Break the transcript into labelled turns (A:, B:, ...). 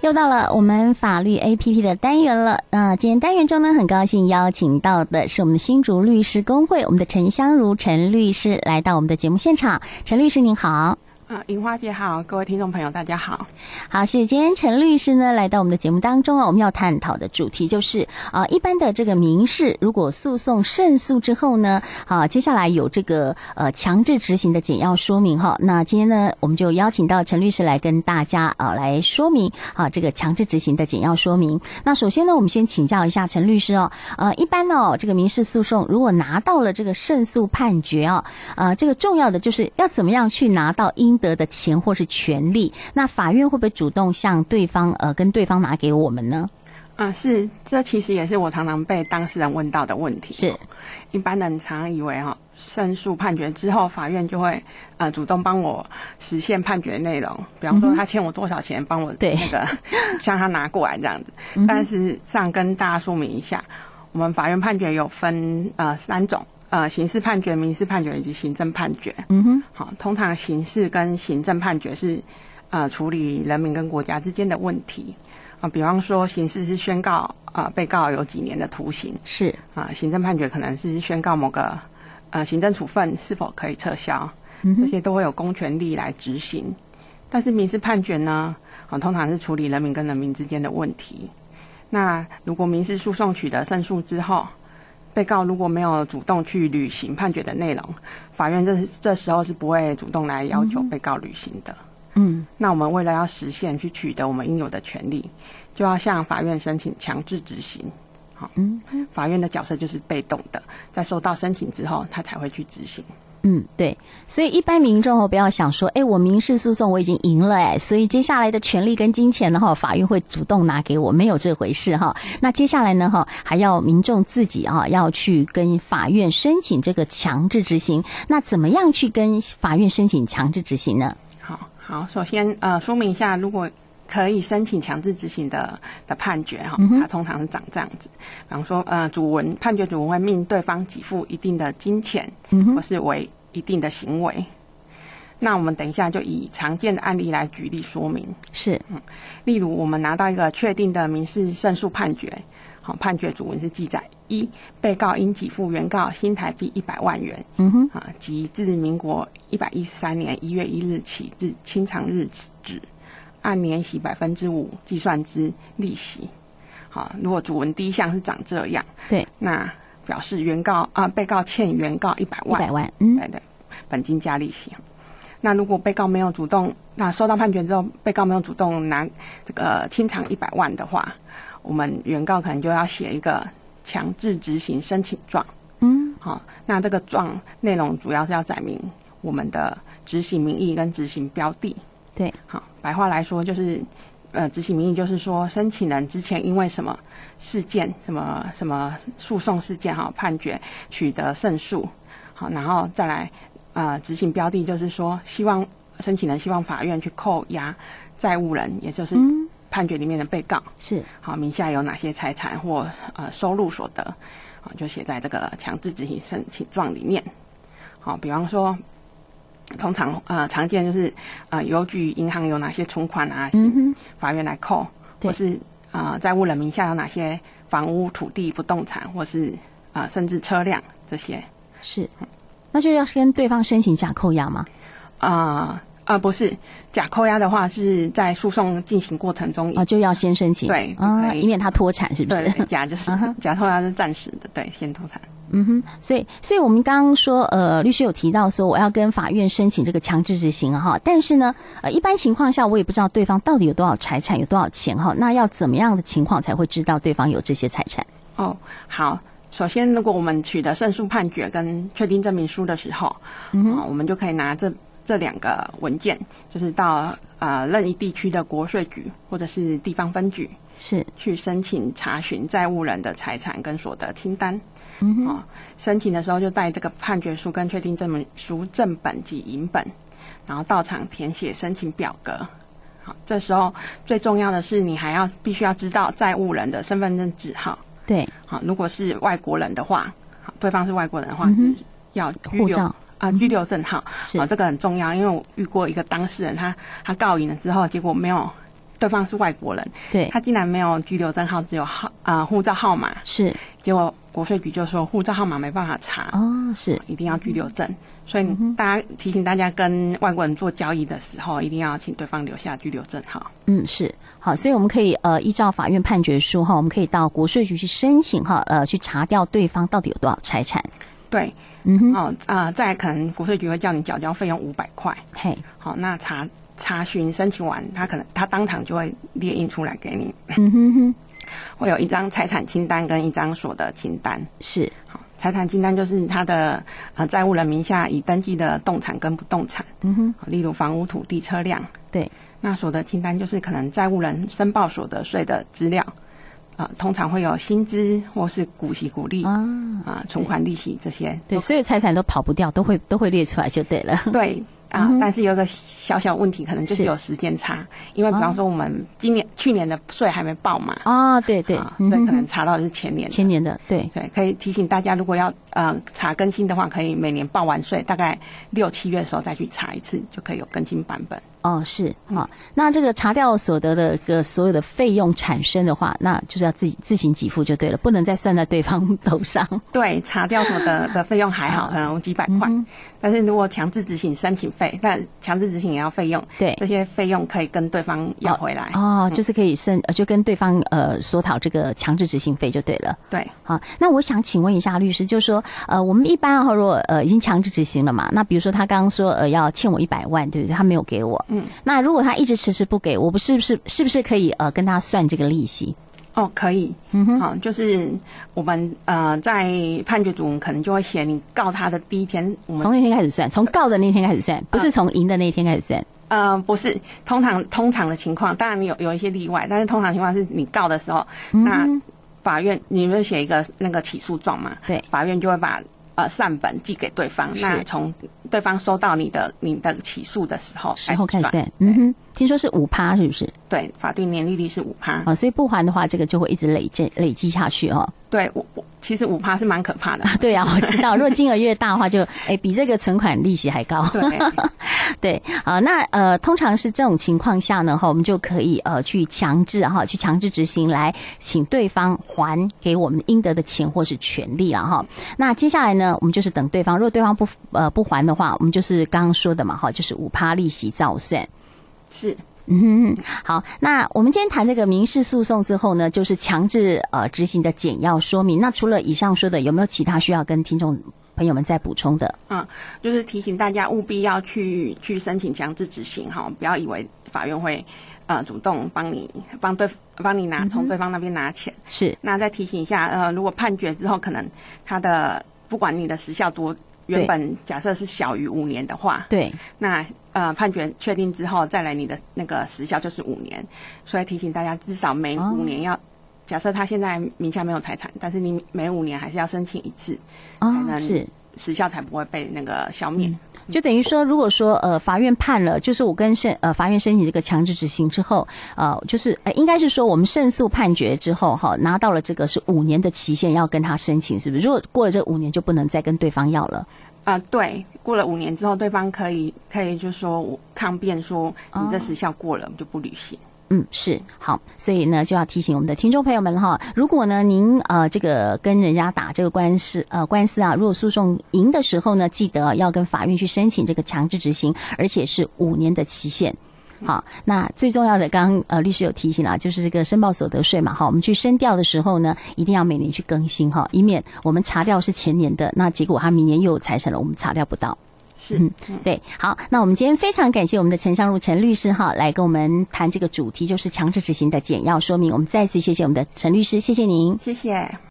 A: 又到了我们法律 A P P 的单元了。那、今天单元中呢，很高兴邀请到的是我们的新竹律师工会，我们的陈香如陈律师来到我们的节目现场。陈律师您好，
B: 啊，银花姐好，各位听众朋友大家好。
A: 好，是今天陈律师呢来到我们的节目当中啊，我们要探讨的主题就是啊、一般的这个民事如果诉讼胜诉之后呢，啊，接下来有这个呃强制执行的简要说明哈。那今天呢，我们就邀请到陈律师来跟大家啊来说明啊这个强制执行的简要说明。那首先呢，我们先请教一下陈律师哦，呃，一般哦这个民事诉讼如果拿到了这个胜诉判决啊、呃，这个重要的就是要怎么样去拿到应得的钱或是权利。那法院会不会主动向对方呃跟对方拿给我们呢？
B: 啊，是，这其实也是我常常被当事人问到的问题。
A: 是，
B: 一般人常常以为哈、胜诉判决之后，法院就会呃主动帮我实现判决内容，比方说他欠我多少钱，帮我
A: 嗯对嗯
B: 那个向他拿过来这样子。 但是上跟大家说明一下，我们法院判决有分呃三种。呃，刑事判决、民事判决以及行政判决。
A: 嗯哼，
B: 好，通常刑事跟行政判决是呃处理人民跟国家之间的问题啊、比方说刑事是宣告啊、呃被告有几年的徒刑
A: 是
B: 啊、行政判决可能是宣告某个呃行政处分是否可以撤销，
A: 嗯
B: 这
A: 哼
B: 些都会有公权力来执行。但是民事判决呢，啊、通常是处理人民跟人民之间的问题。那如果民事诉讼取得胜诉之后，被告如果没有主动去履行判决的内容，法院这这时候是不会主动来要求被告履行的。
A: 嗯
B: 那我们为了要实现去取得我们应有的权利，就要向法院申请强制执行。好，
A: 嗯
B: 法院的角色就是被动的，在收到申请之后，他才会去执行。
A: 嗯，对，所以一般民众哦不要想说，哎，我民事诉讼我已经赢了哎，所以接下来的权利跟金钱呢哈，法院会主动拿给我，没有这回事哈。那接下来呢哈，还要民众自己啊要去跟法院申请这个强制执行。那怎么样去跟法院申请强制执行呢？
B: 好好，首先呃，说明一下，如果可以申请强制执行的的判决哈，它通常是长这样子，比方说呃，主文判决主文会命对方给付一定的金钱，或是为一定的行为。那我们等一下就以常见的案例来举例说明。
A: 是
B: 例如，我们拿到一个确定的民事胜诉判决，好，判决主文是记载：一、被告应给付原告新台币一百万元，
A: 嗯哼，
B: 啊，即自民国一百一十三年一月一日起至清偿日止，按年息百分之五计算之利息。好，如果主文第一项是长这样，
A: 对，
B: 那表示原告啊，被告欠原告一百
A: 一
B: 万，
A: 百万，嗯
B: 对对，本金加利息。那如果被告没有主动，那收到判决之后，被告没有主动拿这个呃清偿一百万的话，我们原告可能就要写一个强制执行申请状。
A: 嗯，
B: 好、那这个状内容主要是要载明我们的执行名义跟执行标的。
A: 对，
B: 好，白话来说就是，呃，执行名义就是说，申请人之前因为什么事件、什么什么诉讼事件哈、判决取得胜诉，好，然后再来，呃，执行标的就是说，希望申请人希望法院去扣押债务人，也就是
A: 嗯
B: 判决里面的被告，
A: 是
B: 好，名下有哪些财产或呃收入所得，啊，就写在这个强制执行申请状里面。好，比方说，通常呃常见就是呃邮局、银行有哪些存款啊，
A: 嗯哼，
B: 法院来扣，
A: 对
B: 或是呃债务人名下有哪些房屋、土地、不动产，或是呃甚至车辆这些。
A: 是，那就要跟对方申请假扣押吗？
B: 啊、呃、不是假扣押的话是在诉讼进行过程中
A: 啊、就要先申请，
B: 对
A: 啊，
B: 可以
A: 以免他脱产，是不
B: 对
A: 是？
B: 假就是
A: 嗯哼
B: 假扣押是暂时的，对，先脱产。
A: 嗯哼，所以，所以我们刚刚说，呃，律师有提到说，我要跟法院申请这个强制执行啊哈，但是呢，呃，一般情况下我也不知道对方到底有多少财产，有多少钱哈，那要怎么样的情况才会知道对方有这些财产？
B: 哦，好。首先，如果我们取得胜诉判决跟确定证明书的时候，嗯、我们就可以拿这这两个文件，就是到呃任意地区的国税局或者是地方分局
A: 是，
B: 去申请查询债务人的财产跟所得清单。嗯、哦，申请的时候就带这个判决书跟确定证明书正本及银本，然后到场填写申请表格。好，这时候最重要的是，你还要必须要知道债务人的身份证字号。
A: 对，
B: 好，如果是外国人的话，好，对方是外国人的话，
A: 嗯哼
B: 是要居
A: 护
B: 留
A: 照嗯
B: 啊、居留证号。
A: 是
B: 好，这个很重要，因为我遇过一个当事人，他他告赢了之后，结果没有对方是外国人，
A: 对，
B: 他竟然没有居留证号，只有号呃护照号码，
A: 是
B: 结果国税局就说护照号码没办法查，
A: 哦，嗯是
B: 一定要居留证。所以大家提醒大家，跟外国人做交易的时候，一定要请对方留下居留证号。
A: 嗯，是好，所以我们可以呃依照法院判决书哈，我们可以到国税局去申请哈，呃去查掉对方到底有多少财产。
B: 对，
A: 嗯哼，
B: 哦，啊，再来可能国税局会叫你缴交费用五百块。
A: 嘿，
B: 好，那查查询申请完，他可能他当场就会列印出来给你，
A: 嗯哼哼，
B: 会有一张财产清单跟一张所得清单。
A: 是
B: 好，财产清单就是他的呃债务人名下已登记的动产跟不动产，哦
A: 嗯哼，
B: 好例如房屋、土地、车辆。
A: 对，
B: 那所得清单就是可能债务人申报所得税的资料，啊、通常会有薪资或是股息、股利啊、
A: 啊，
B: 存款利息这些。
A: 对，所有财产都跑不掉，都会都会列出来就对了。
B: 对
A: 嗯
B: 啊，但是有一个小小问题，可能就是
A: 是
B: 有时间差，因为比方说我们今年、去年的税还没报嘛，
A: 啊，对对，
B: 啊，所
A: 嗯
B: 以
A: 哼
B: 可能
A: 哼，
B: 查到的是前年的。
A: 前年的对，
B: 对，可以提醒大家，如果要呃查更新的话，可以每年报完税，大概六七月的时候再去查一次，就可以有更新版本。
A: 哦是好，那这个查掉所得的个所有的费用产生的话，那就是要自己自行给付就对了，不能再算在对方头上。
B: 对，查掉所 得的费用还好，可能几百块，但是如果强制执行申请费，但强制执行也要费用，
A: 对
B: 这些费用可以跟对方要回来。
A: 哦，就是可以申，呃就跟对方呃索讨这个强制执行费就对了。
B: 对，
A: 好，那我想请问一下律师，就是说，呃，我们一般啊，如果呃已经强制执行了嘛，那比如说他刚刚说呃要欠我一百万，对不对？他没有给我，嗯，那如果他一直迟迟不给我，不是不是是不是可以呃跟他算这个利息？
B: 哦，可以，嗯哼，好、就是我们呃在判决组我们可能就会写你告他的第一天，我们
A: 从那天开始算，从告的那天开始算，不是从赢的那天开始算。
B: 呃不是通常通常的情况，当然有有一些例外，但是通常情况是你告的时候，那
A: 嗯
B: 法院你们写一个那个起诉状嘛，
A: 对
B: 法院就会把呃善本寄给对方，
A: 是
B: 那从对方收到你的你的起诉的时候
A: 时候开始
B: 算
A: 算，嗯哼，听说是五趴，是不是？
B: 对，法定年利率是五趴
A: 啊、，所以不还的话，这个就会一直累积累积下去哦。
B: 对我我其实五趴是蛮可怕的，
A: 对啊，我知道，如果金额越大的话就，哎比这个存款利息还高。
B: 对。
A: 对，啊、那呃，通常是这种情况下呢，哈，我们就可以呃去强制哈，去强制执行来请对方还给我们应得的钱或是权利了哈。那接下来呢，我们就是等对方，如果对方不呃不还的话，我们就是刚刚说的嘛，哈，就是五趴利息照算。
B: 是
A: 嗯哼，好，那我们今天谈这个民事诉讼之后呢，就是强制呃执行的简要说明。那除了以上说的，有没有其他需要跟听众朋友们再补充的？
B: 嗯，就是提醒大家务必要去去申请强制执行哈，不要以为法院会呃主动帮你帮对帮
A: 嗯
B: 你拿从对方那边拿钱。
A: 是
B: 那再提醒一下，呃，如果判决之后可能他的不管你的时效多，原本假设是小于五年的话，
A: 对，
B: 那呃判决确定之后再来你的那个时效就是五年，所以提醒大家至少每
A: 哦
B: 五年要。假设他现在名下没有财产，但是你每五年还是要申请一次，
A: 啊、
B: 能
A: 是。
B: 时效才不会被那个消灭。
A: 就等于说，如果说呃法院判了，就是我跟申呃法院申请这个强制执行之后，呃就是呃应该是说我们胜诉判决之后哈，拿到了这个是五年的期限要跟他申请，是不是？如果过了这五年就不能再跟对方要了。
B: 啊、对，过了五年之后，对方可以可以就说我抗辩说你这时效过了，我们就不履行。
A: 嗯，是好，所以呢，就要提醒我们的听众朋友们了哈，如果呢您呃这个跟人家打这个官司呃官司啊，如果诉讼赢的时候呢，记得要跟法院去申请这个强制执行，而且是五年的期限。好，那最重要的，刚刚呃律师有提醒啦，就是这个申报所得税嘛，哈，我们去申调的时候呢，一定要每年去更新哈，以免我们查掉是前年的，那结果他明年又有财产了，我们查掉不到。
B: 是，嗯
A: 对，好，那我们今天非常感谢我们的陈相如陈律师哈，来跟我们谈这个主题，就是强制执行的简要说明。我们再次谢谢我们的陈律师，谢谢您。
B: 谢谢。